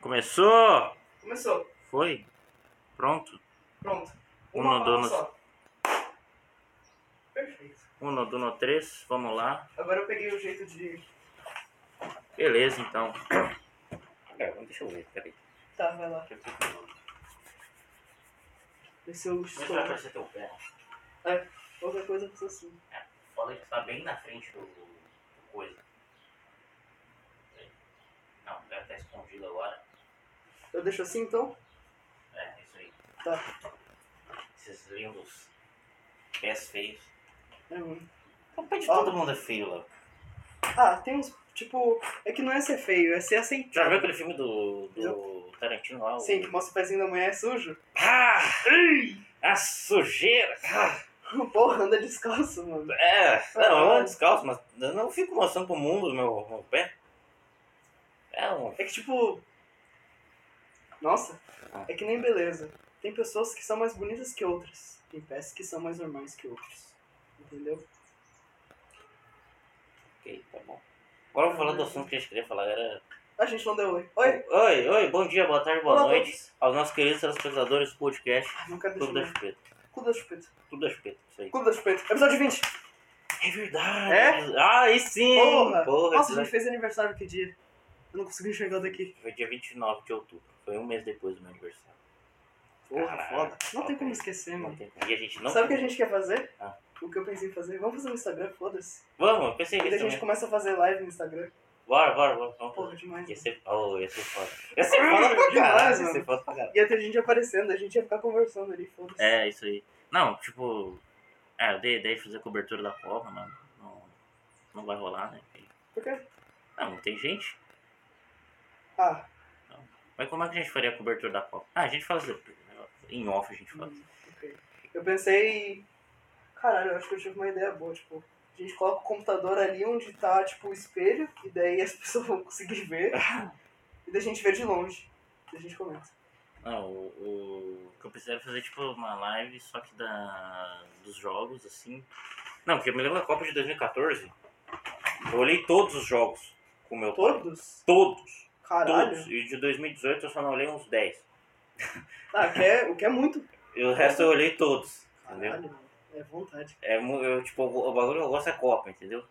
Começou! Começou. Foi? Pronto? Pronto. Um Uma andou palavra no- só. Perfeito. Uno, duno, três, vamos lá. Agora eu peguei o jeito de. Beleza, então. Tá gravando, deixa eu ver, peraí. Tá, vai lá. Deixa eu ver o nome. Ver se eu Como é estou. que vai aparecer teu pé? Qualquer coisa eu faço assim. Fala que tá bem na frente do, do coisa. É. Não, deve estar escondido agora. Eu deixo assim então? É, isso aí. Tá. Esses lindos pés feios. É ruim. O pé de Ó. todo mundo é feio, Léo. Ah, tem uns. Tipo, é que não é ser feio, é ser Já viu aceitável. aquele filme do, do Tarantino lá? o- Sim, que mostra o pezinho da manhã é sujo. Ah! A sujeira! Ah, Porra, anda descalço, mano. é, não, eu ando descalço, mas eu não fico mostrando pro mundo o meu, meu pé. É um. É que tipo. Nossa, é que nem beleza. Tem pessoas que são mais bonitas que outras. Tem pés que são mais normais que outros. Entendeu? Ok, tá bom. Agora eu vou falar do assunto que a gente queria falar, era. A gente não deu oi. Oi! Oi, oi, bom dia, boa tarde, boa Olá a noite todos. aos nossos queridos telespectadores do podcast Ah, Não quero Clube da deixar. Chupeta. Clube da chupeta. Clube da Chupeta, isso aí. Clube da Chupeta, episódio 20. É verdade! É? Ah, aí sim! Porra! Porra, Nossa, a esse gente fez aniversário que dia? Eu não consegui enxergar daqui. Foi dia 29 de outubro. Foi um mês depois do meu aniversário. Porra, Caralho. foda. Não tem Foda como isso. esquecer, Não mano. tem- E a gente não. Hum. Sabe o que a gente quer fazer? Ah. O que eu pensei em fazer? Vamos fazer no Instagram, foda-se. Vamos, eu pensei E daí nisso a gente também. começa a fazer live no Instagram. Bora, bora, bora. Vamos Porra, fazer. demais. Ia mano. ser, oh, ia ser foda. Ia ser foda pra Demais, caralho. Ia mano. ser foda pra caralho. Ia ter gente aparecendo, a gente ia ficar conversando ali, foda-se. É, isso aí. Não, tipo. É, eu dei a ideia de fazer a cobertura da Copa, mano. Não, não vai rolar, né? Por quê? Não, não tem gente. Ah, Mas como é que a gente faria a cobertura da Copa? Ah, a gente faz depois, né? em off, a gente faz. hum, ok. Eu pensei. Caralho, eu acho que eu tive uma ideia boa, tipo. A gente coloca o computador ali onde tá, tipo, o espelho, e daí as pessoas vão conseguir ver. e daí a gente vê de longe. E a gente comenta. Não, o, o que eu precisaria fazer tipo uma live só que da, dos jogos, assim. Não, porque eu me lembro da Copa de 2014. Eu olhei todos os jogos com o meu pai. Todos? Todos. Caralho. Todos. E de 2018 eu só não olhei uns 10. Ah, que é, o que é muito. E o resto eu olhei todos. Entendeu? Caralho, mano. É vontade. É, mu- eu, tipo, o bagulho eu gosto é Copa, entendeu?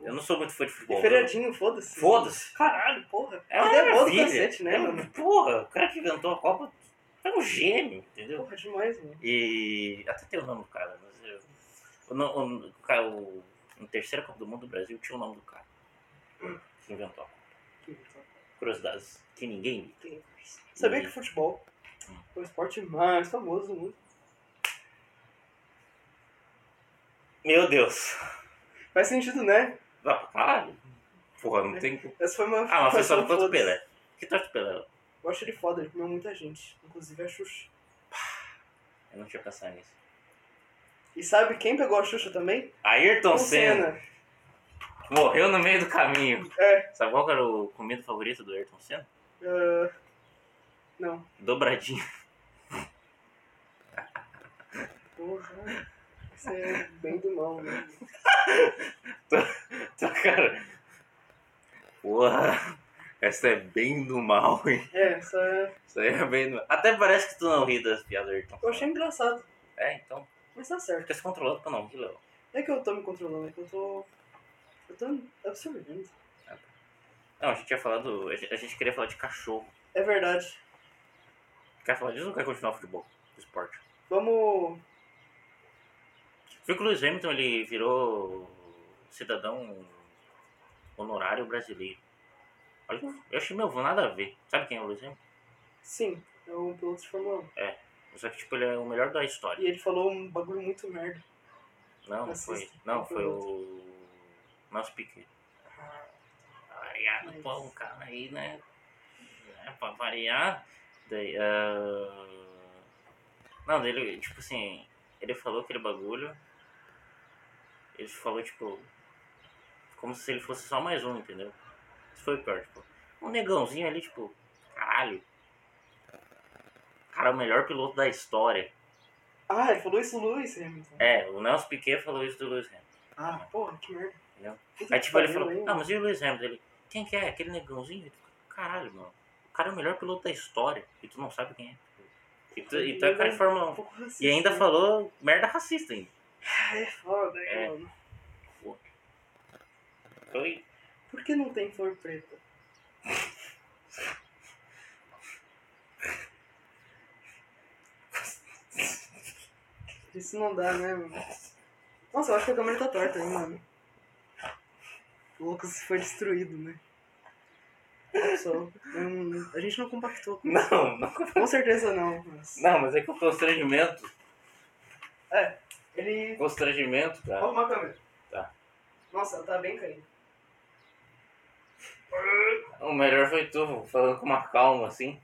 Eu não sou muito fã de futebol. E eu- feriadinho, foda-se. Foda-se. Caralho, porra. É uma Ideia boa Ah, do maravilha. cacete, né, É um- mano? Porra, o cara que inventou a Copa é um gênio, entendeu? Porra, demais, mano. E até tem o nome do cara, mas eu, o, no- o cara, o, no terceiro Copa do Mundo do Brasil tinha o nome do cara que inventou. Que vontade. Curiosidades que ninguém Tem- Sabia que futebol Hum. é o esporte mais famoso do mundo. Meu Deus! Faz sentido, né? Vai pra caralho! Porra, É. não tem. Essa foi uma. Ah, mas foi só informação por causa do foda-se. Pelé. Que torce do Pelé? Eu acho ele foda, ele comeu muita gente, inclusive a Xuxa. Eu não tinha pensado nisso. E sabe quem pegou a Xuxa também? Ayrton Tom Senna Senna. morreu no meio do caminho. É. Sabe qual que era o comida favorito do Ayrton Senna? Ah, Não. Dobradinha. Porra. Isso é bem do mal, né? Então, cara. Porra, essa é bem do mal, hein? É, isso é. Isso aí é bem. Até parece que tu não ri das piadas, Ayrton. Eu achei engraçado, É, então. mas tá certo. Fica se controlando pra não rir, Léo. Não é que eu tô me controlando, é que eu tô. Eu tô absorvendo. Não, a gente ia falar do. A gente a gente queria falar de cachorro. É verdade. Quer falar disso ou quer continuar o futebol? O esporte. Vamos. Viu que o Lewis Hamilton ele virou cidadão honorário brasileiro. Olha, eu achei meu, nada a ver. Sabe quem é o Lewis Hamilton? Sim, é um piloto de Fórmula 1. Só que tipo, ele é o melhor da história. E ele falou um bagulho muito merda. Não, não foi. Assista. Não, foi o. Nosso Piquet. variar Mas- no pão, cara, aí, né? É, pra variar. Daí, ah, Não, daí ele, tipo assim, ele falou aquele bagulho. Ele falou, tipo, como se ele fosse só mais um, entendeu? Isso foi o pior, tipo, um negãozinho ali, tipo, caralho. Cara, o melhor piloto da história. Ah, ele falou isso do Lewis Hamilton. É, o Nelson Piquet falou isso do Lewis Hamilton. Ah, porra, que merda. Entendeu? Puta Aí que tipo, ele pariu, falou, hein? ah, mas e o Lewis Hamilton? Ele, quem que é? Aquele negãozinho? Caralho, mano. O cara é o melhor piloto da história e tu não sabe quem é. E tu, e tu é cara de Um Fórmula 1. E né?" ainda falou merda racista ainda. É foda, É. mano. Foi. Por que não tem flor preta? Isso não dá, né, mano? Nossa, eu acho que a câmera tá torta aí, mano. O Lucas foi destruído, né? Só, hum, a gente não compactou. com- Não, não, Com certeza não. Mas... não, mas é que o constrangimento. Ele. Constrangimento, cara. Arruma a câmera. Tá. Nossa, ela tá bem caída. O melhor foi tu, falando com uma calma assim.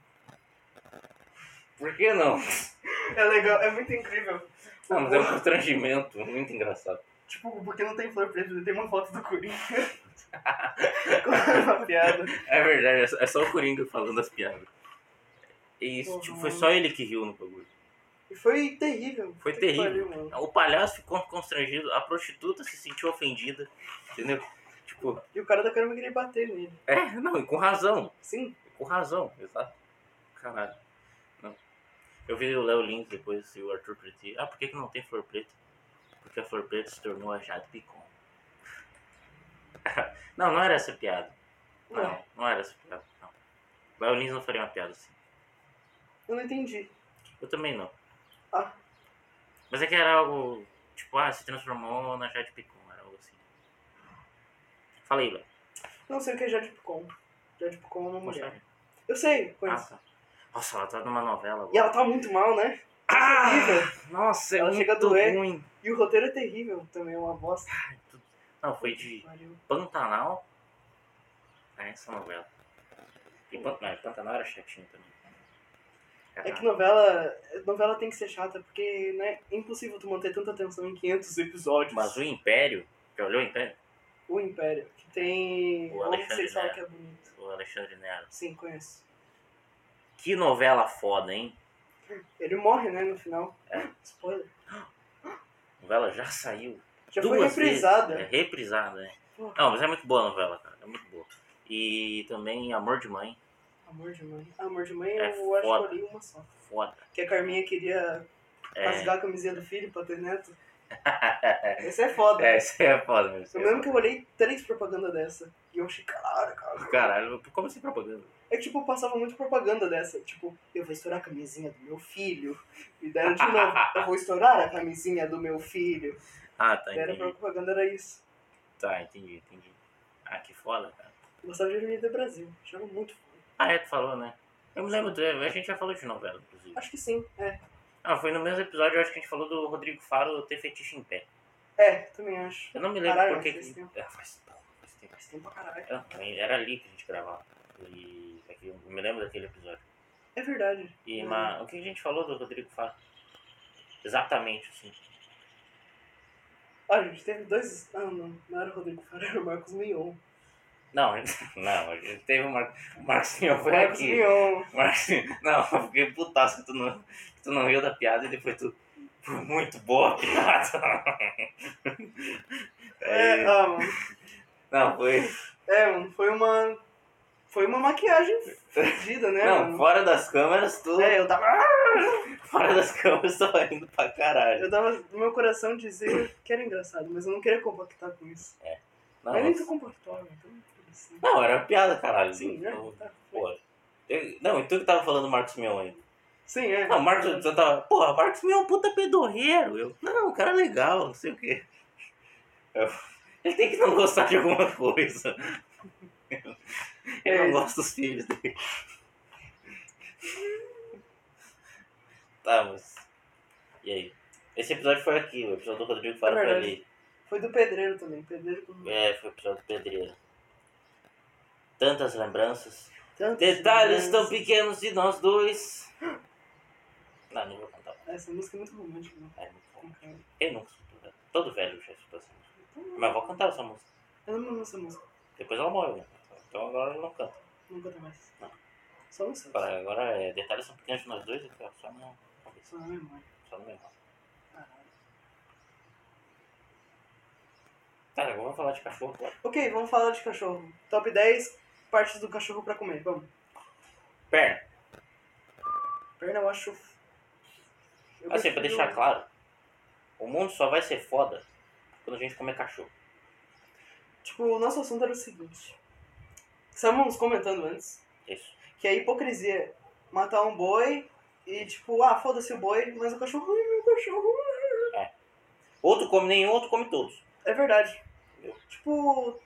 Por que não? É legal, é muito incrível. Não, mas é um constrangimento muito engraçado. Tipo, porque não tem flor preta, tem uma foto do Corinthians. Com uma piada. É verdade, é só- é só o Coringa falando as piadas. E isso, tipo, foi só ele que riu no bagulho. E foi terrível. Foi Puta que terrível. pariu, mano. O palhaço ficou constrangido, a prostituta se sentiu ofendida, entendeu? Tipo, E o cara da câmera queria bater nele. é, não, e com razão, Sim. com razão, exato. Caralho. Não. Eu vi o Léo Lins depois e o Arthur Preti. Ah, por que, que não tem flor preta? Porque a flor preta se tornou a Jade Picon. não, não era essa piada. Não, Não, não, era essa piada, não. O Léo Lins não faria uma piada assim. eu não entendi. Eu também não. Ah. Mas é que era algo, tipo, ah, se transformou na Jade Picon, era algo assim. Fala aí, Léo. Não sei o que é Jade Picon. Jade Picon é uma mulher. Mostra. Eu sei, Ah, conheço. tá. Nossa, ela tá numa novela agora. E ela tá muito mal, né? Ah, nossa, é Ela muito chega a doer. ruim. E o roteiro é terrível também, é uma bosta. Não, foi de Valeu. Pantanal a essa novela. E Pantanal, Pantanal era chatinho também. É que Era- novela, novela tem que ser chata, porque né, é impossível tu manter tanta atenção em 500 episódios. Mas o Império, já olhou o Império? O Império, que tem... O Como Alexandre né? vocês falam Nero. que é bonito. O Alexandre Nero. Sim, conheço. Que novela foda, hein? Ele morre, né, no final. É. Spoiler. A novela já saiu. Já foi duas vezes. reprisada. É, reprisada, né? Porra. Não, mas é muito boa a novela, cara. É muito boa. E também Amor de Mãe, Amor de mãe. Ah, Amor de mãe É eu acho que eu foda. li uma só. foda. Que a Carminha queria É, rasgar a camisinha do filho pra ter neto. Esse é foda. é, isso é foda mesmo. Eu lembro que eu olhei três propagandas dessa. E eu achei, caralho, cara. Caralho, como assim propaganda? É que, tipo, passava muito propaganda dessa. Tipo, eu vou estourar a camisinha do meu filho. E deram de novo, eu vou estourar a camisinha do meu filho. Ah, tá, Era entendi. propaganda, era isso. Tá, entendi, entendi. Ah, que foda, cara. Eu gostava de Avenida Brasil. Achava muito foda. Ah, é, tu falou, né? Eu me lembro, do, a gente já falou de novela, inclusive. Acho que sim, é. Ah, foi no mesmo episódio, eu acho que a gente falou do Rodrigo Faro ter fetiche em pé. É, também acho. Eu não me lembro Caralho, porque... faz tempo. Ah, faz tempo, faz tempo. Faz tempo pra caralho. Ah, Era ali que a gente gravava. E é que eu me lembro daquele episódio. É verdade. E Hum. mas, o que a gente falou do Rodrigo Faro? Exatamente, assim. Ah, a gente teve dois. Ah, não. Não era o Rodrigo Faro, era o Marcos Mion. Não, a gente- não, a gente teve o Mar... o Marcinho foi Marcos aqui. Mion. Marcinho, não, eu fiquei putaço que tu não, que tu não riu da piada e depois tu. Foi muito boa a piada. É, É, ah, mano. não, foi. É, mano, foi uma. Foi uma maquiagem fedida, né, não, mano? fora das câmeras, tu. É, eu tava. Fora das câmeras, tu vai indo pra caralho. Eu tava. no Meu coração dizia que era engraçado, mas eu não queria compactar com isso. Não, mas nem tu compactou, né? Então, assim. não, era piada, caralho. Sim, né? não, Tá. porra. Eu- não, e tu que tava falando do Marcos Mion ainda. Sim, é. Não, Marcos, então- tu tava. Porra, Marcos Mion é um puta pedorreiro. Eu, não, o cara é legal, não sei o quê. Eu- ele tem que não gostar de alguma coisa. Eu É. não gosto dos filhos dele. Tá, mas. E aí? Esse episódio foi aqui, o episódio do Rodrigo Faro É foi verdade. ali. Foi do pedreiro também. Pedreiro com É, foi o episódio do Pedreiro. Tantas lembranças. tantos Detalhes tão desenhos. pequenos de nós dois. Não, não vou contar. Essa música é muito romântica, né? É muito bom. Com cara. Eu nunca escutou, né? Todo velho já escutou essa música. Então, Mas eu vou cantar essa música. Eu não amo essa música. Depois ela morre, né? Então agora ela não canta. Não canta mais. Não. Só no céu. Agora, agora é, detalhes são pequenos de nós dois, eu quero só na cabeça, Só na memória. só no meu nome. Caralho. Tá, agora vamos falar de cachorro agora. Ok, vamos falar de cachorro. Top 10 partes do cachorro pra comer, vamos. Perna. Perna eu acho. Eu Assim, pra prefiro- deixar claro, o mundo só vai ser foda quando a gente comer cachorro. Tipo, o nosso assunto era o seguinte. Estávamos comentando antes Isso. que é hipocrisia matar um boi e, tipo, ah, foda-se o boi, mas o cachorro, ai, meu cachorro. Outro come nenhum, outro come todos. É verdade. Tipo.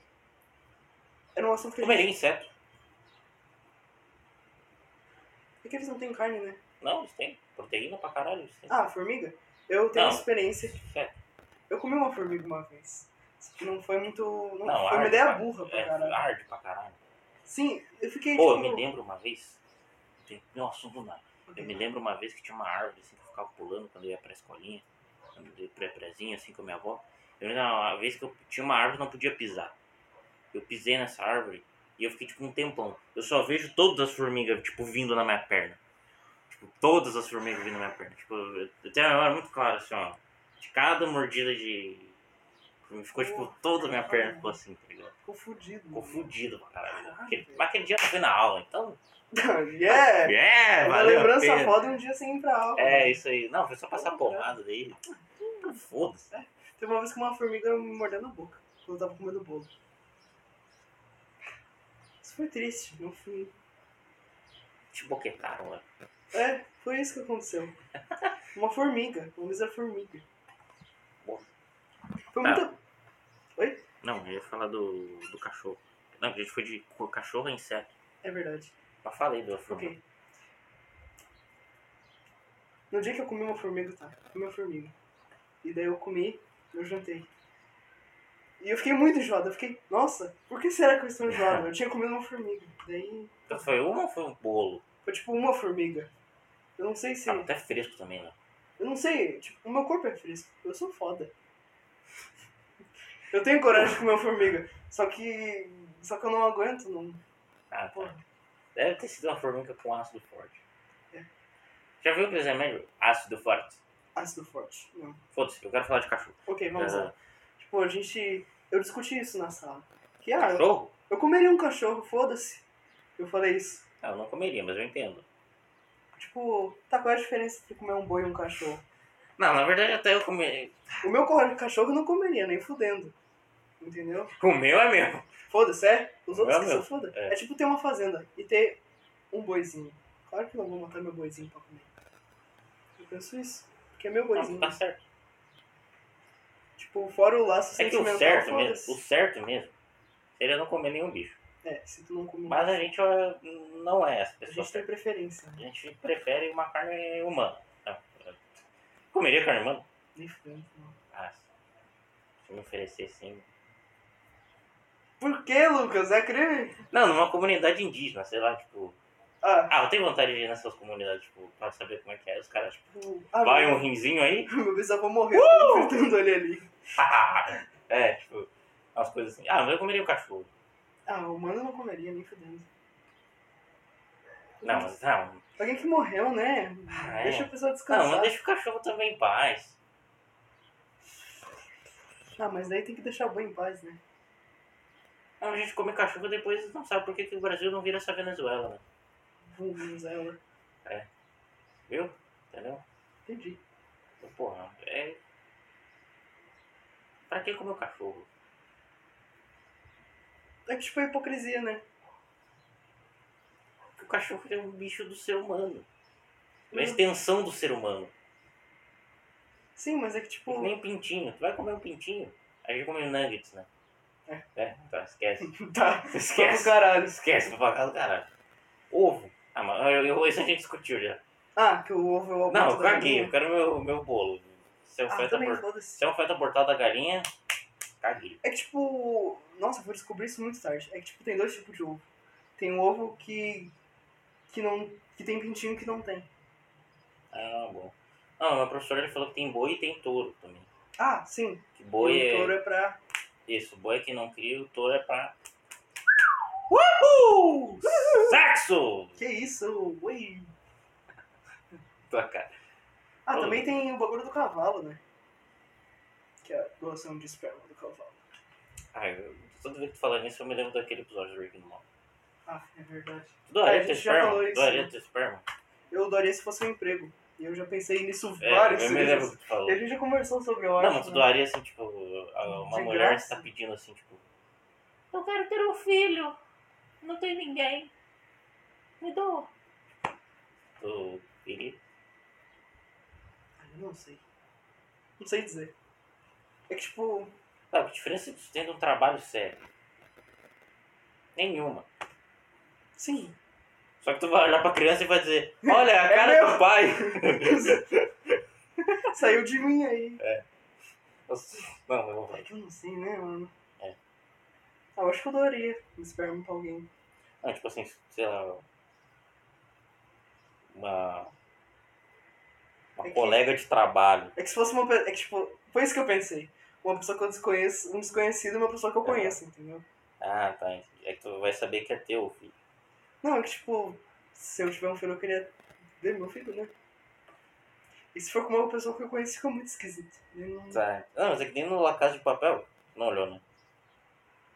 Era um assunto que a gente. Comeria inseto. É que eles não têm carne, né? Não, eles têm. Proteína pra caralho, eles têm. Ah, formiga? Eu tenho Não. uma experiência. É. Eu comi uma formiga uma vez. Não foi muito. Não, Não, foi uma arde ideia pra- burra pra é, caralho. Arde pra caralho. Sim, eu fiquei. Pô, eu tipo, me lembro uma vez. tem- Não, assunto nada. Eu Uhum. me lembro uma vez que tinha uma árvore assim que eu ficava pulando quando eu ia pra escolinha, quando eu ia pra prezinha, assim com a minha avó. Eu lembro uma vez que eu tinha uma árvore que eu não podia pisar. Eu pisei nessa árvore e eu fiquei tipo um tempão. Eu só vejo todas as formigas, tipo, vindo na minha perna. Tipo, todas as formigas vindo na minha perna. Tipo, eu eu tenho a memória muito clara, assim, ó. De cada mordida de. Ficou, tipo, toda a minha perna ficou assim, tá ligado? Ficou fudido. Ficou fudido pra caralho. Caralho, Aquele- velho. Mas aquele dia não foi na aula, então. Tá, yeah! É, Uma valeu. a lembrança pena. foda e um dia sem ir pra aula. É, isso aí. Não, foi só passar porrada daí. Foda-se. Teve uma vez que uma formiga me mordeu na boca quando eu tava comendo bolo. Isso foi triste, no fim. Te boquetaram, né? É, foi isso que aconteceu. Uma formiga, uma mísera formiga. Boa. Foi Tá. muita. Não, eu ia falar do, do cachorro. Não, a gente foi de co- cachorro a inseto. É verdade. Já falei do afro. Ok. No dia que eu comi uma formiga, tá? Comi uma formiga. E daí eu comi, eu jantei. E eu fiquei muito enjoada. Eu fiquei, nossa, por que será que eu estou enjoada? Eu tinha comido uma formiga. Daí Então foi uma ou foi um bolo? foi tipo uma formiga. Eu não sei se. Tava até fresco também, né? Eu não sei, tipo, o meu corpo é fresco. Eu sou foda. Eu tenho coragem de comer uma formiga. Só que. Só que eu não aguento, não. Ah, tá. Porra. Deve ter sido uma formiga com ácido forte. É. Já viu o remédio? Ácido forte. Ácido forte. Não. Foda-se, eu quero falar de cachorro. Ok, vamos lá. Ah, Tipo, a gente. Eu discuti isso na sala. Que, ah, eu, Cachorro? eu comeria um cachorro, foda-se. Eu falei isso. Não, eu não comeria, mas eu entendo. Tipo, tá qual é a diferença entre comer um boi e um cachorro? Não, na verdade até eu comer. O meu co- cachorro eu não comeria, nem fudendo. Entendeu? O meu é meu. Foda-se, é? Os outros É que meu. são foda. É. É. tipo ter uma fazenda e ter um boizinho. Claro que eu não vou matar meu boizinho pra comer. Eu penso isso. Porque é meu boizinho. Não, tá certo. Tipo, fora o laço É que o sentimental, certo foda-se. mesmo, o certo mesmo, seria não comer nenhum bicho. É, se tu não comer. Mas a gente ó, não é essa a pessoa. gente tem preferência, A né? gente prefere uma carne humana. Ah, Comeria carne humana? Nem fudendo, não. Ah, se me oferecer sim. Por que, Lucas? É crime? Não, numa comunidade indígena, sei lá, tipo. Ah, Ah, eu tenho vontade de ir nessas comunidades, tipo, pra saber como é que é. Os caras, tipo, tipo, ah, vai meu- um Uh! rinzinho aí? Meu bisavô morreu enfrentando ele ali. é, tipo, umas coisas assim. Ah, mas eu comeria o cachorro. Ah, o humano não comeria nem fudendo. Não, mas não. Alguém que morreu, né? Ah, é. Deixa a pessoa Não, descansar. mas deixa o cachorro também em paz. Ah, mas daí tem que deixar o boi em paz, né? Não, a gente come cachorro depois não sabe por que, que o Brasil não vira essa Venezuela, né? Vamos, ela. Viu? Entendeu? Entendi. Porra, é. Pra que comer o cachorro? É que tipo é hipocrisia, né? Porque o cachorro é um bicho do ser humano. É uma extensão do ser humano. Sim, mas é que tipo. É que Nem um pintinho. Tu vai comer um pintinho. A gente come nuggets, né? É. É, tá, esquece. Tá, vai pro Esquece. caralho. Esquece, vou pra casa do caralho. Ovo. Ah, mas eu, eu- isso a gente discutiu já. Ah, que o ovo é o Não, aborto eu da caguei. Eu galinha. quero meu, meu bolo. Se é um Ah, feto também, abor- foda-se. se é um feto abortado da galinha, caguei. É que tipo. Nossa, eu vou descobrir isso muito tarde. É que tipo, tem dois tipos de ovo. Tem um ovo que. que não. que tem pintinho que não tem. Ah, bom. Não, meu professor ele falou que tem boi e tem touro também. Ah, sim. Que boi o é. touro é pra. Isso, boi que não cria, o touro é pra. Uhul! Sexo! Que isso? Ui. Tua cara. Ah, Ô, também tem o bagulho do cavalo, né? Que é a doação de esperma do cavalo. Ai, eu- toda vez que tu fala nisso, eu me lembro daquele episódio do Rick and Morty. Ah, é verdade. Doareto gente já falou esperma. isso, Doareto esperma. Eu adoraria se fosse um emprego. E eu já pensei nisso É, várias eu me lembro vezes. que tu falou. Ele já conversou sobre eu Não, acho. mas tu né? doaria assim, tipo, a- uma De mulher graça? que tá pedindo assim, tipo. Eu quero ter um filho. Não tem ninguém. Me doa. Tu queria? Ah, eu não sei. Não sei dizer. É que, tipo, Tá, que diferença tu tem de um trabalho sério? Nenhuma. sim. Só que tu vai olhar pra criança e vai dizer, olha, a É cara meu. do pai. Saiu de mim aí. É. Nossa, Não, eu vou falar. É que eu não sei, né, mano? É. Ah, eu acho que eu doaria um esperma pra alguém. Não, tipo assim, sei lá. Uma. Uma É que- colega de trabalho. É que se fosse uma pessoa. É que, tipo, foi isso que eu pensei. Uma pessoa que eu desconheço, um desconhecido e uma pessoa que eu É. conheço, entendeu? Ah, tá. entendi. É que tu vai saber que é teu, filho. Não, é que, tipo, se eu tiver um filho, eu queria ver meu filho, né? E se for com uma pessoa que eu conheço, fica muito esquisito. Eu não- Tá. Não, mas é que nem no La Casa de Papel. Não olhou, né?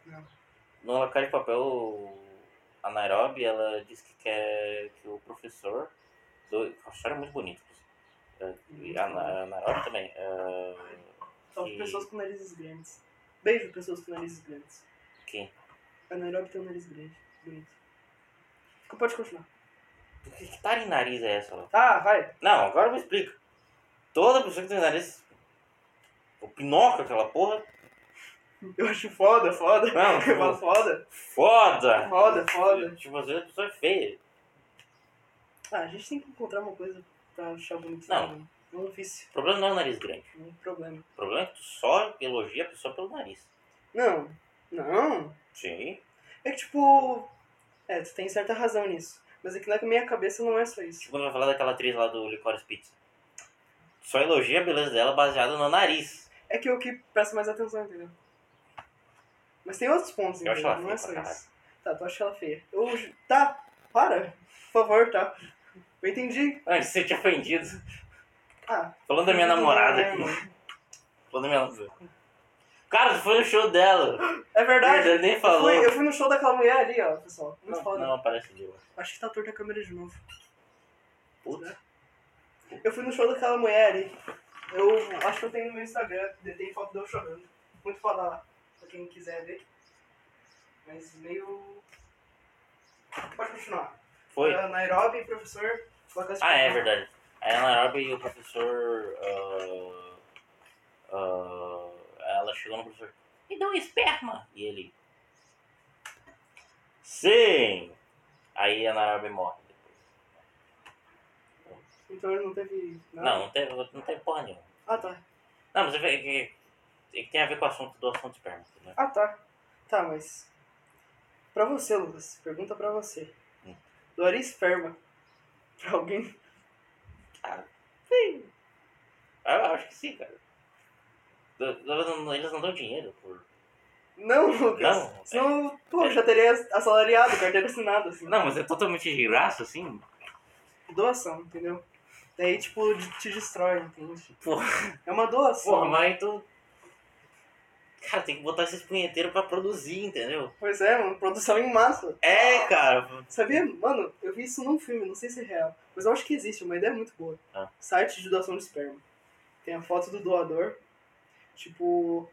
Não. No La Casa de Papel, a Nairobi, ela disse que quer que o professor. Do... A história é muito bonita. É, e A, Na- a Nairobi também. é, Salve que- pessoas com narizes grandes. Beijo, pessoas com narizes grandes. Quem? A Nairobi tem um nariz grande. Bonito. Fica- Pode continuar. Que, que tara em nariz é essa, ó? Ah, vai. Não, agora me explica. Toda pessoa que tem nariz. O Pinóquio, aquela porra. Eu acho foda, foda. Não, Eu falo tipo, foda. foda! Foda, foda. Tipo, às vezes a pessoa é feia. Ah, a gente tem que encontrar uma coisa pra achar bonito. Não. também. É um vício, O problema não é o nariz grande. é um problema. O problema é que tu só elogia a pessoa pelo nariz. Não, não. Sim. É que tipo. É, tu tem certa razão nisso. Mas é que na minha cabeça não é só isso. Tipo, quando vai falar daquela atriz lá do Licorice Pizza. Só elogia a beleza dela baseada no nariz. É que eu que presto mais atenção, entendeu? Mas tem outros pontos, Eu acho entendeu? ela Não é só feia pra isso. Tá, tu acha ela feia. Eu. Tá, para! Por favor, tá. Eu entendi. Ah, você tinha ofendido. Ah. Falando da minha namorada aqui. Falando da minha namorada. Cara, tu foi no show dela. É verdade. Ele nem Eu falou. fui, eu fui no show daquela mulher ali, ó, pessoal. Muito Não, foda. não aparece de lá. Acho que tá torto a câmera de novo. Puta. Eu fui no show daquela mulher ali. Eu acho que eu tenho no meu Instagram, tem foto de eu chorando. Muito foda lá, pra quem quiser ver. Mas meio. Pode continuar. Foi. Ah, Nairobi, professor. Lucas Ah, é Pimenta. verdade. A Ana Nairobi e o professor. ah, ah, ela chegou no professor Me dou um esperma. e ele. Sim! Aí a Nairobi morre depois. Então ele não teve. Não, nada? não, tem, não tem porra nenhuma. Ah tá. Não, mas é que- é que, é que tem a ver com o assunto do assunto de esperma. Né? Ah tá. Tá, mas. Pra você, Lucas. Pergunta pra você. Hum. Doaria esperma pra alguém? Eu acho que sim, cara. Do- do- não- Eles não dão dinheiro por. Não, Lucas. Não, é. Senão, pô, eu já teria assalariado, carteira assinada, assim. Não, mas é totalmente de graça, assim. doação, entendeu? Daí, tipo, de- te destrói, entende? Porra. É uma doação. Porra, mas então. Cara, tem que botar esses punheteiros pra produzir, entendeu? Pois é, mano, produção em massa. É, cara. Sabia? Mano, eu vi isso num filme, não sei se é real, mas eu acho que existe, é uma ideia muito boa. Ah. Site de doação de esperma. Tem a foto do doador. Tipo.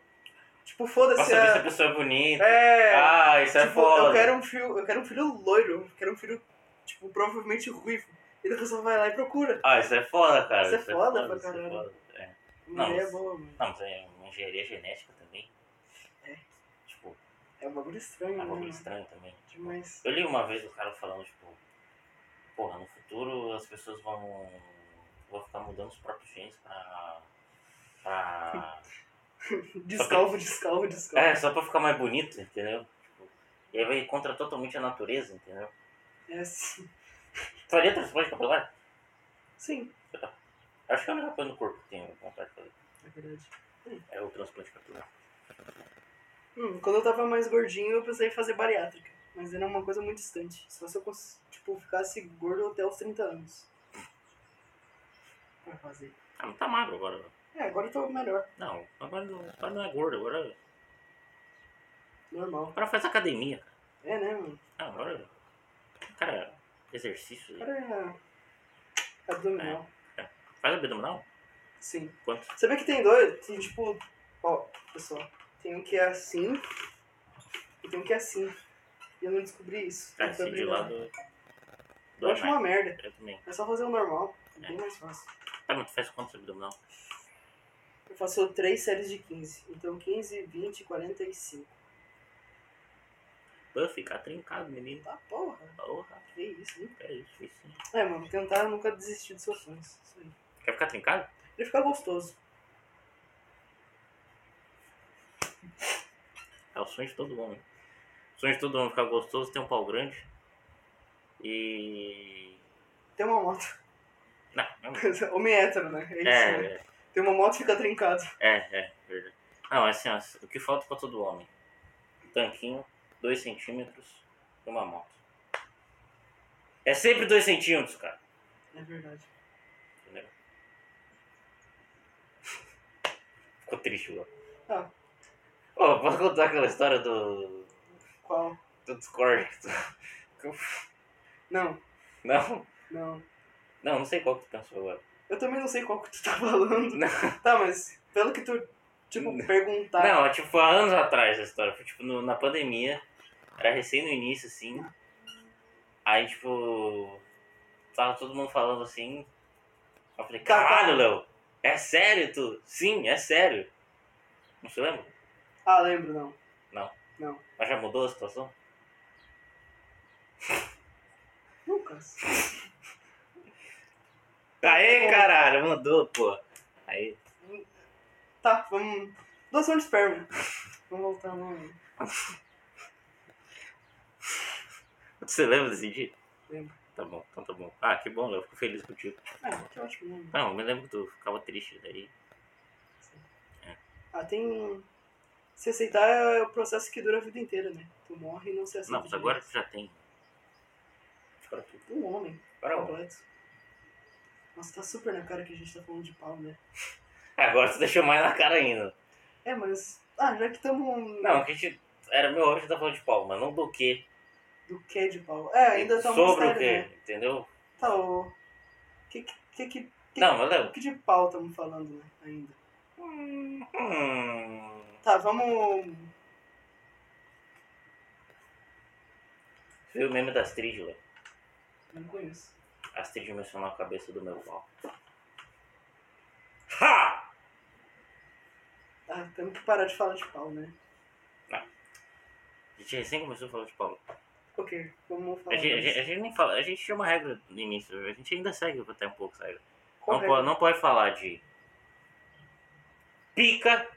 Tipo, Pra foda-se saber se a a. pessoa é bonita. É. Ah, isso é tipo, foda. eu quero um filho. Eu quero um filho loiro. Eu quero um filho, tipo, provavelmente ruivo. E a pessoa vai lá e procura. Ah, isso é foda, cara. Isso é foda pra isso é caralho. foda. É. Uma Não, ideia mas- boa, mano. Não, mas é uma engenharia genética também. É. Tipo, É um bagulho é estranho, um né? bagulho mano? estranho também. Tipo, Demais. eu li uma vez o cara falando, tipo, porra, no futuro as pessoas vão, vão ficar mudando os próprios genes pra. pra. Descalvo, descalvo, descalvo. É, só pra ficar mais bonito, entendeu? Tipo, e aí vai contra totalmente a natureza, entendeu? É assim. Faria transplante capilar? Sim, Acho que é a única coisa no corpo que tenho vontade de fazer. é verdade. É o transplante capilar. Hum, quando eu tava mais gordinho, eu pensei em fazer bariátrica. Mas era uma coisa muito distante. Só se eu cons- tipo, ficasse gordo até os 30 anos. Pra fazer. Ah, mas tá magro agora, velho. É, agora eu tô melhor. Não, agora não, agora não é gordo, agora, Normal. agora faz academia. É, né, mano? Ah, agora Cara, exercício. Cara, é. Abdominal. Faz abdominal? Sim. Quanto? Sabia que tem dois? Tem tipo. Ó, pessoal. Tem um que é assim. E tem um que é assim. E eu não descobri isso. Cara, Não foi assim de obrigado. lado. Eu Dói acho uma mais. merda. Eu também. É só fazer o normal. É É. bem mais fácil. Tá, mas tu faz quantos abdominal? Eu faço três séries de 15. Então 15, 20, 45. Pô, ficar trincado, menino. Tá porra. Porra, Que isso, hein? é isso, isso. É, mano, tentar nunca desistir dos seus sonhos. Isso aí. Quer ficar trincado? Ele fica gostoso. É o sonho de todo homem. O sonho de todo homem é ficar gostoso, ter um pau grande. E. Tem uma moto. Não, não. Homem hétero, né? É isso, né? É, é, Tem uma moto e fica trincado. é, é, verdade. Não, assim, ó, o que falta pra todo homem? Um tanquinho, 2 centímetros e uma moto. É sempre 2 centímetros, cara. É verdade. Entendeu? Ficou triste, Lô. Ah. Ô, posso contar aquela história do. Qual? do Discord que tu- Não, Não? não. Não, não sei qual que tu pensou agora. Eu também não sei qual que tu tá falando. Não. Tá, mas pelo que tu, tipo, perguntar. Não, tipo, há anos atrás a história. Foi tipo no- na pandemia. Era recém no início, assim. Aí, tipo. Tava todo mundo falando assim. Eu falei, Tá, tá. caralho, Léo! É sério, tu? Sim, é sério. Não se lembra? Ah, lembro, não. Mas já mudou a situação? Lucas. Aê, caralho, mudou, pô. Aí. Tá, vamos. Doação de esperma. Vamos voltar no. Você lembra desse dia? Lembro. Tá bom, então tá bom. Ah, que bom, Léo. Fico feliz contigo. Ah, que ótimo nome. Não, eu me lembro que tu ficava triste daí. Ah, tem. Se aceitar é o processo que dura a vida inteira, né? Tu morre e não se aceita. Não, mas direito. agora tu já tem. Agora tu. Um homem. Agora é um. completo. Nossa, tá super na cara que a gente tá falando de pau, né? É, Agora tu deixou mais na cara ainda. É, mas. Ah, já que estamos. Não, a gente. Era meu óbvio tá falando de pau, mas não do que. Do que de pau? É, ainda tá um sobre o mistério, que, né? entendeu? Tá, o. Que que. Que, que, que Não, mas Léo. que de pau estamos falando, né? Ainda. Hum, Tá, vamos. viu o meme da Astrid, Léo? Não conheço. A Astrid mencionou a cabeça do meu pau. Ha! Ah, temos que parar de falar de pau, né? A gente recém começou a falar de pau. Ok, vamos falar. A gente, a gente- a mais. gente nem fala. A gente tinha uma regra no início. A gente ainda segue até um pouco essa regra. Não, Correto. po- não pode falar de pica.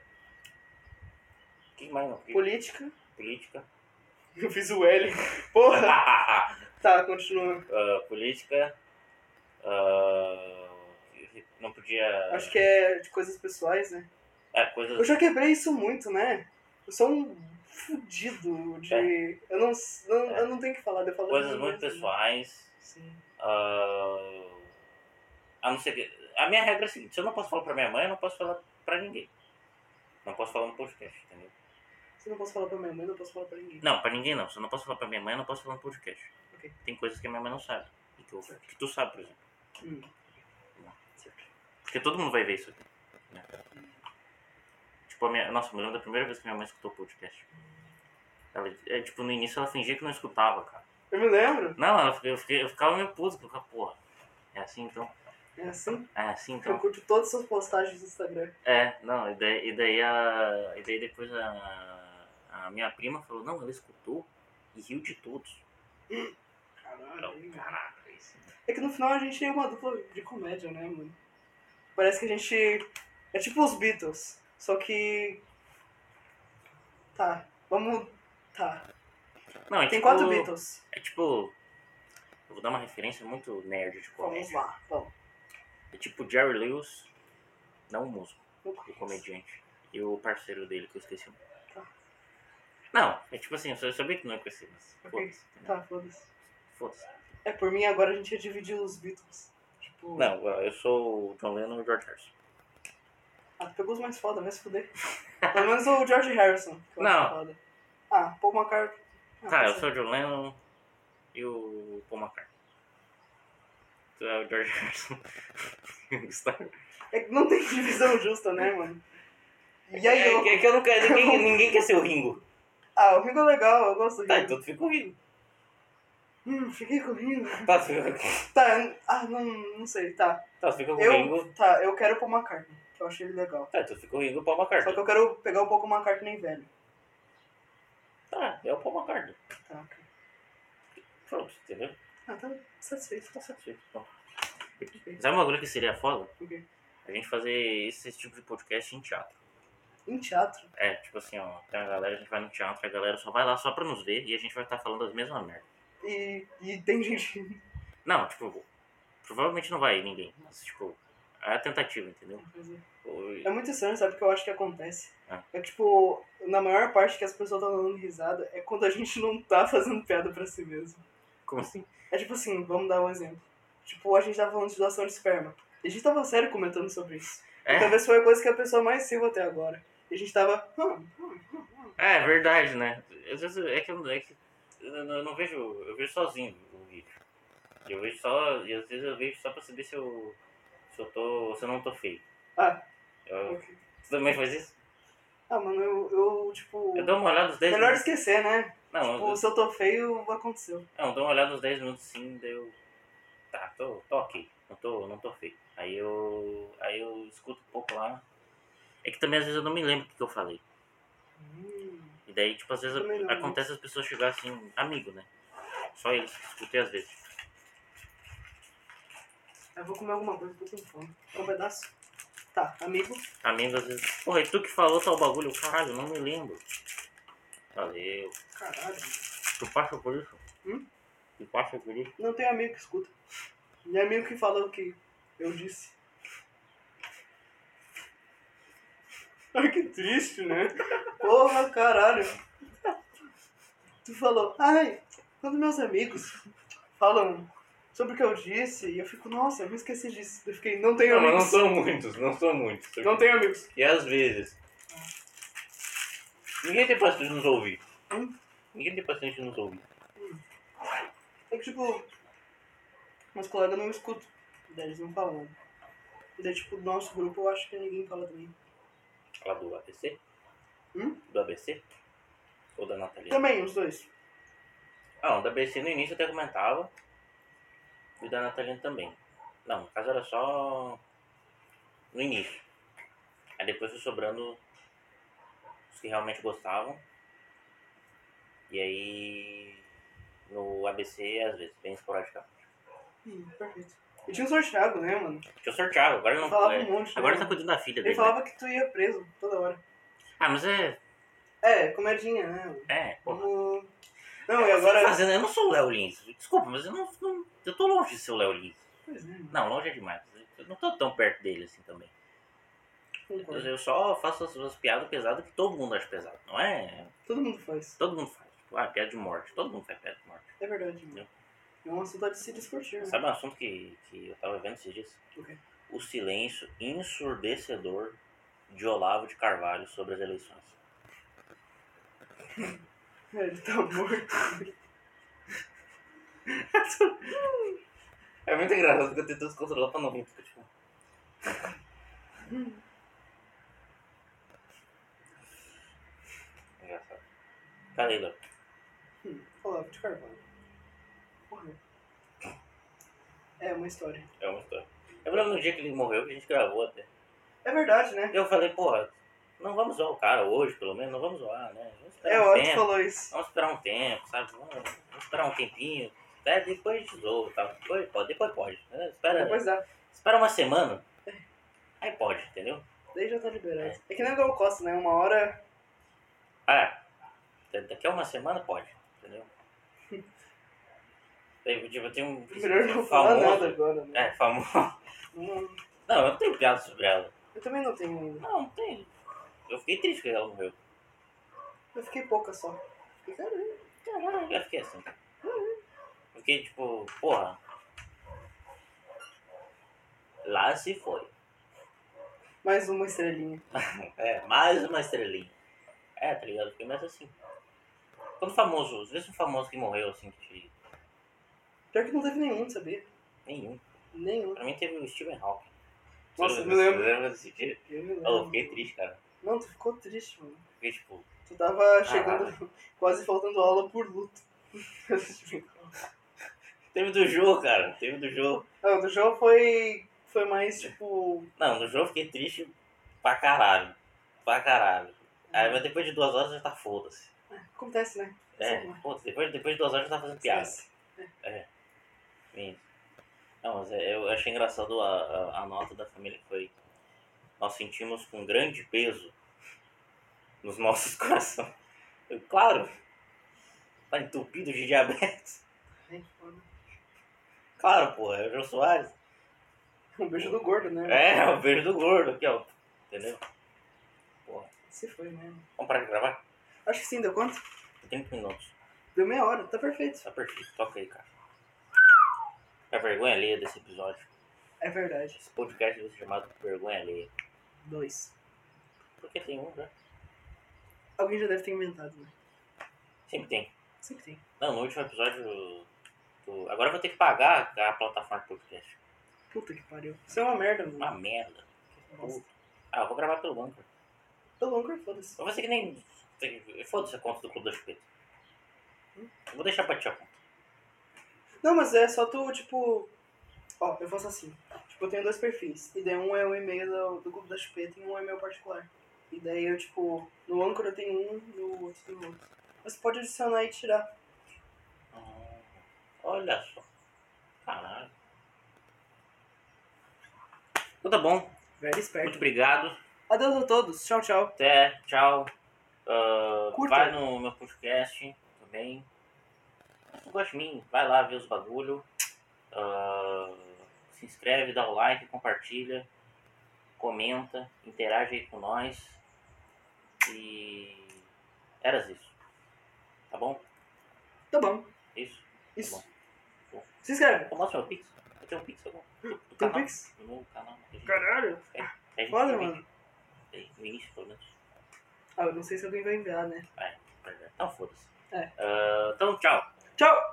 Que mais não? Pica, Política. política. Eu fiz o L. Porra! Tá, continua. Ah, política. ah, não podia. Acho que é de coisas pessoais, né? É, Eu coisas. já quebrei isso muito, né? Eu sou um fudido de. Eu, não, não- eu não tenho que falar, eu falo É. Coisas de mim muito mesmo. pessoais. assim. Sim. ah, a não ser que. A minha regra é a seguinte: se eu não posso falar pra minha mãe, eu não posso falar pra ninguém. Não posso falar no podcast, entendeu? Se eu não posso falar pra minha mãe, eu não posso falar pra ninguém. Não, pra ninguém não. Se eu não posso falar pra minha mãe, eu não posso falar no podcast. Ok. Tem coisas que a minha mãe não sabe. E que, eu- que tu sabe, por exemplo. Hum. Porque todo mundo vai ver isso aqui. né? Tipo, a minha. Nossa, eu me lembro da primeira vez que minha mãe escutou o podcast. Ela, é, tipo, no início ela fingia que não escutava, cara. Eu me lembro. Não, ela, eu, fiquei, eu ficava meio puto, porque eu ficava, porra. É assim então? É assim. É assim Eu então? curto todas as suas postagens do Instagram. É, não, e daí, e daí, a, e daí depois a, a minha prima falou, não, ela escutou e riu de todos. Eu, hein, mano. Caraca, isso. É que no final a gente é uma dupla de comédia, né, mano? Parece que a gente. É tipo os Beatles. Só que. Tá. Vamos. Tá. Não, é Tem tipo- quatro Beatles. É tipo. Eu vou dar uma referência muito nerd de Vamos comédia. lá. Vamos. É tipo Jerry Lewis, não o músico, Não o conheço. comediante. E o parceiro dele, que eu esqueci o nome. Tá. Não, é tipo assim, eu só- eu sabia que não ia conhecer, mas Ok. foda-se. entendeu? Tá, foda-se. Foda-se. É, por mim agora a gente ia dividir os Beatles. Tipo. Não, eu sou o John Lennon e o George Harrison. Ah, tu pegou os mais foda, vai se fuder. Pelo menos o George Harrison. Que eu acho Não. Foda. Ah, Paul McCartney. Tá, Ah, tá eu certo. sou o John Lennon e o Paul McCartney. Tu é o George Harrison e o Gustavo. É que não tem divisão justa, né, mano? E aí, é, que- eu... é que eu não quero. Ninguém, ninguém quer ser o Ringo. Ah, o Ringo é legal, eu gosto do Tá, Ringo. então tu fica o Ringo. Hum, fiquei com o Ringo. Tá, tu fica, Tá, eu- ah, não, não sei, tá. tá, tu fica com o Ringo. Eu, tá, eu quero o Paul McCartney, que eu achei ele legal. Tá, tu fica com o Ringo e o Paul Só que McCartney. eu quero pegar um pouco o McCartney velho. Tá, é o Paul McCartney. Tá, ok. Pronto, entendeu? Ah, tá satisfeito. Tá satisfeito. Bom. Sabe uma coisa que seria foda? O quê? A gente fazer esse, esse tipo de podcast em teatro. Em teatro. É, tipo assim, ó, tem uma galera, a gente vai no teatro, a galera só vai lá só pra nos ver e a gente vai estar falando as mesmas merdas. E, e tem gente. Não, tipo, provavelmente não vai ninguém, mas tipo, é a tentativa, entendeu? Ou- É muito estranho, sabe? Porque eu acho que acontece. Ah. É que, tipo, na maior parte que as pessoas estão dando risada é quando a gente não tá fazendo piada pra si mesmo. Como assim? É tipo assim, vamos dar um exemplo. Tipo, a gente tava falando de doação de esperma. E a gente tava sério comentando sobre isso. E É, talvez foi a coisa que a pessoa mais riu até agora. E a gente tava. hum, hum, hum, hum. é verdade, né? Às vezes é que, eu não- é que eu, não, eu não vejo, eu vejo sozinho o vídeo. Eu vejo só, e às vezes eu vejo só pra saber se eu, se eu tô, se eu não tô feio. Ah. Eu, tu também faz isso? Ah, mano, eu, eu tipo. Eu dou uma olhada nos 10 Melhor minutos. esquecer, né? Não, eu, um Tipo, se eu tô feio, aconteceu. Não, dou uma olhada uns 10 minutos sim, daí eu. Tá, tô, tô ok. Não tô, não tô feio. Aí eu. Aí eu escuto um pouco lá. É que também às vezes eu não me lembro o que, que eu falei. Hum. E daí, tipo, às vezes Também não, né? acontece as pessoas chegarem assim, amigo, né? Só eles que escutei às vezes. Eu vou comer alguma coisa, tô com fome. Quer Um pedaço? Tá, amigo. Amigo, às vezes. Porra, e tu que falou tal bagulho, Eu, caralho, não me lembro. Valeu. Caralho. Tu passa por isso? Hum? Tu passa por isso? Não tem amigo que escuta. E amigo que fala o que eu disse. Ai, que triste, né? Porra, caralho. Tu falou, ai, quando meus amigos falam sobre o que eu disse, e eu fico, nossa, eu me esqueci disso. Eu fiquei, não tenho amigos. são muitos, não são muitos. Não tenho amigos. E às vezes. Ninguém tem paciência de nos ouvir. Hum? Ninguém tem paciência de nos ouvir. É que, tipo, meus colegas não escutam. Daí eles não falam. Daí, tipo, do nosso grupo, eu acho que ninguém fala também. Lá do ABC? Hum? Do ABC? Ou da Natalia? Também, os dois. Ah, o da ABC no início eu até comentava. E o da Natalina também. Não, no caso era só no início. Aí depois foi sobrando os que realmente gostavam. E aí no ABC às vezes, bem esporadicamente. Hum, perfeito. E tinha um sorteado, né, mano? Deixa eu sortear, agora eu não falava é, um monte. né, Agora tá mano? cuidando da filha Ele dele. né? falava que tu ia preso toda hora. Ah, mas é. É, comedinha, né? mano? É, pô. Vamos- Não, e agora. tá é- Fazendo, eu não sou o Léo Lins. Desculpa, mas eu não, não- Eu tô longe de ser o Léo Lins. Pois é, mano. Não, longe é demais. Eu não tô tão perto dele assim também. Mas Concordo. eu só faço as, as piadas pesadas que todo mundo acha pesado. Não é. Todo mundo faz. Todo mundo faz. Tipo, ah, piada de morte. Todo mundo faz piada de morte. É verdade, mano. É um assunto de se discutir, né? Sabe um assunto que, que eu tava vendo esses dias? O quê? O silêncio ensurdecedor de Olavo de Carvalho sobre as eleições. É, ele tá morto. É muito engraçado que eu tento descontrolar pra não rir. porque, tipo, Engraçado. Tá Falei, Léo. Hum, Olavo de Carvalho. Morreu. É uma história. É uma história. Eu lembro no dia que ele morreu, que a gente gravou até. É verdade, né? Eu falei, porra, não vamos zoar o cara hoje, pelo menos, não vamos zoar, né? Vamos É, esperar o um Otto tempo. falou isso. Vamos esperar um tempo, sabe? Vamos, vamos esperar um tempinho. Até depois a gente zoa, tá? Depois pode, depois pode. né? Espera, Depois É. dá. espera uma semana. Aí pode, entendeu? Daí já tá liberado. É que nem o Gal Costa, né? Uma hora. Ah, da- daqui a uma semana pode, entendeu? Tem, tipo, tem um Melhor não falar nada agora, né? É, famoso. Não- Não, eu não tenho piada sobre ela. eu também não tenho ainda. Não, não tem. Eu fiquei triste que ela morreu. Eu fiquei pouca só. Fiquei, Caralho. Caralho, eu fiquei assim. Eu Fiquei tipo, porra. Lá se foi. Mais uma estrelinha. É, mais uma estrelinha. É, tá ligado? Fiquei mais assim. Quando famoso, às vezes um famoso que morreu assim, que te Pior que não teve nenhum, sabia? Nenhum. Nenhum. Pra mim teve o Steven Hawking. Nossa, Você eu me lembro. lembra desse dia? Eu me lembro. Oh, eu fiquei triste, cara. Não, tu ficou triste, mano. Fiquei tipo, Tu tava chegando, Ah. quase faltando aula por luto. teve do jogo, cara. Teve do jogo. não, do João foi, foi mais, tipo... Não, no jogo eu fiquei triste pra caralho. Pra caralho. Aí, mas depois de duas horas já tá foda-se. Acontece, né? É, Sim. foda-se. Depois, depois de duas horas já tá fazendo piada. Esquece. Enfim. Não, mas é- eu achei engraçado a, a, a nota da família que foi. Nós sentimos com grande peso nos nossos corações. Eu, claro! Tá entupido de diabetes. Ai, É, que foda. Claro, porra, é o Jô Soares. Um beijo do gordo, né? É, o beijo do gordo aqui, ó. Entendeu? Se foi, né? Vamos parar de gravar? Acho que sim, deu quanto? 30 minutos. Deu meia hora, tá perfeito. Tá perfeito. Toca aí, cara. É vergonha alheia desse episódio. É verdade. Esse podcast vai ser chamado Vergonha Alheia. Dois. Porque tem um, né? Alguém já deve ter inventado, né? Sempre tem. Sempre tem. Não, no último episódio. do- Agora eu vou ter que pagar a plataforma de podcast. Puta que pariu. Isso é uma merda, Uma mano. merda. Nossa. Ah, eu vou gravar pelo banco. Tô longo, foda-se. Eu vou ser que nem. Foda-se a conta do Clube da Chupeta. Eu vou deixar pra ti a conta. Não, mas é só tu, tipo. Ó, eu faço assim. Tipo, eu tenho dois perfis. E daí um é o e-mail do, do grupo da chupeta e um é meu particular. E daí eu, tipo, no Anchor eu tenho um, no outro tem outro. Mas você pode adicionar e tirar. Ah, Olha só. Caralho. Então tá bom. Velho Muito esperto. obrigado. Adeus a todos. Tchau, tchau. Até. Tchau. Ah, Curta. vai no meu podcast também. Não gosta de mim. Vai lá ver os bagulho. Ah, se inscreve, dá o like, compartilha. Comenta. Interage aí com nós. E. Eras isso. Tá bom? É Tá bom. Isso. É Isso. Bom. Tá. Se inscreve. Eu mostro meu pix. Eu tenho um pix agora. Do Tem canal. um Pix? Do meu canal. A gente- Caralho. a gente Foda, divide. mano. Tem, No início, pelo menos. Ah, eu não sei se alguém vai enviar, né? Então, foda-se. É. Ah, então, tchau. Tchau!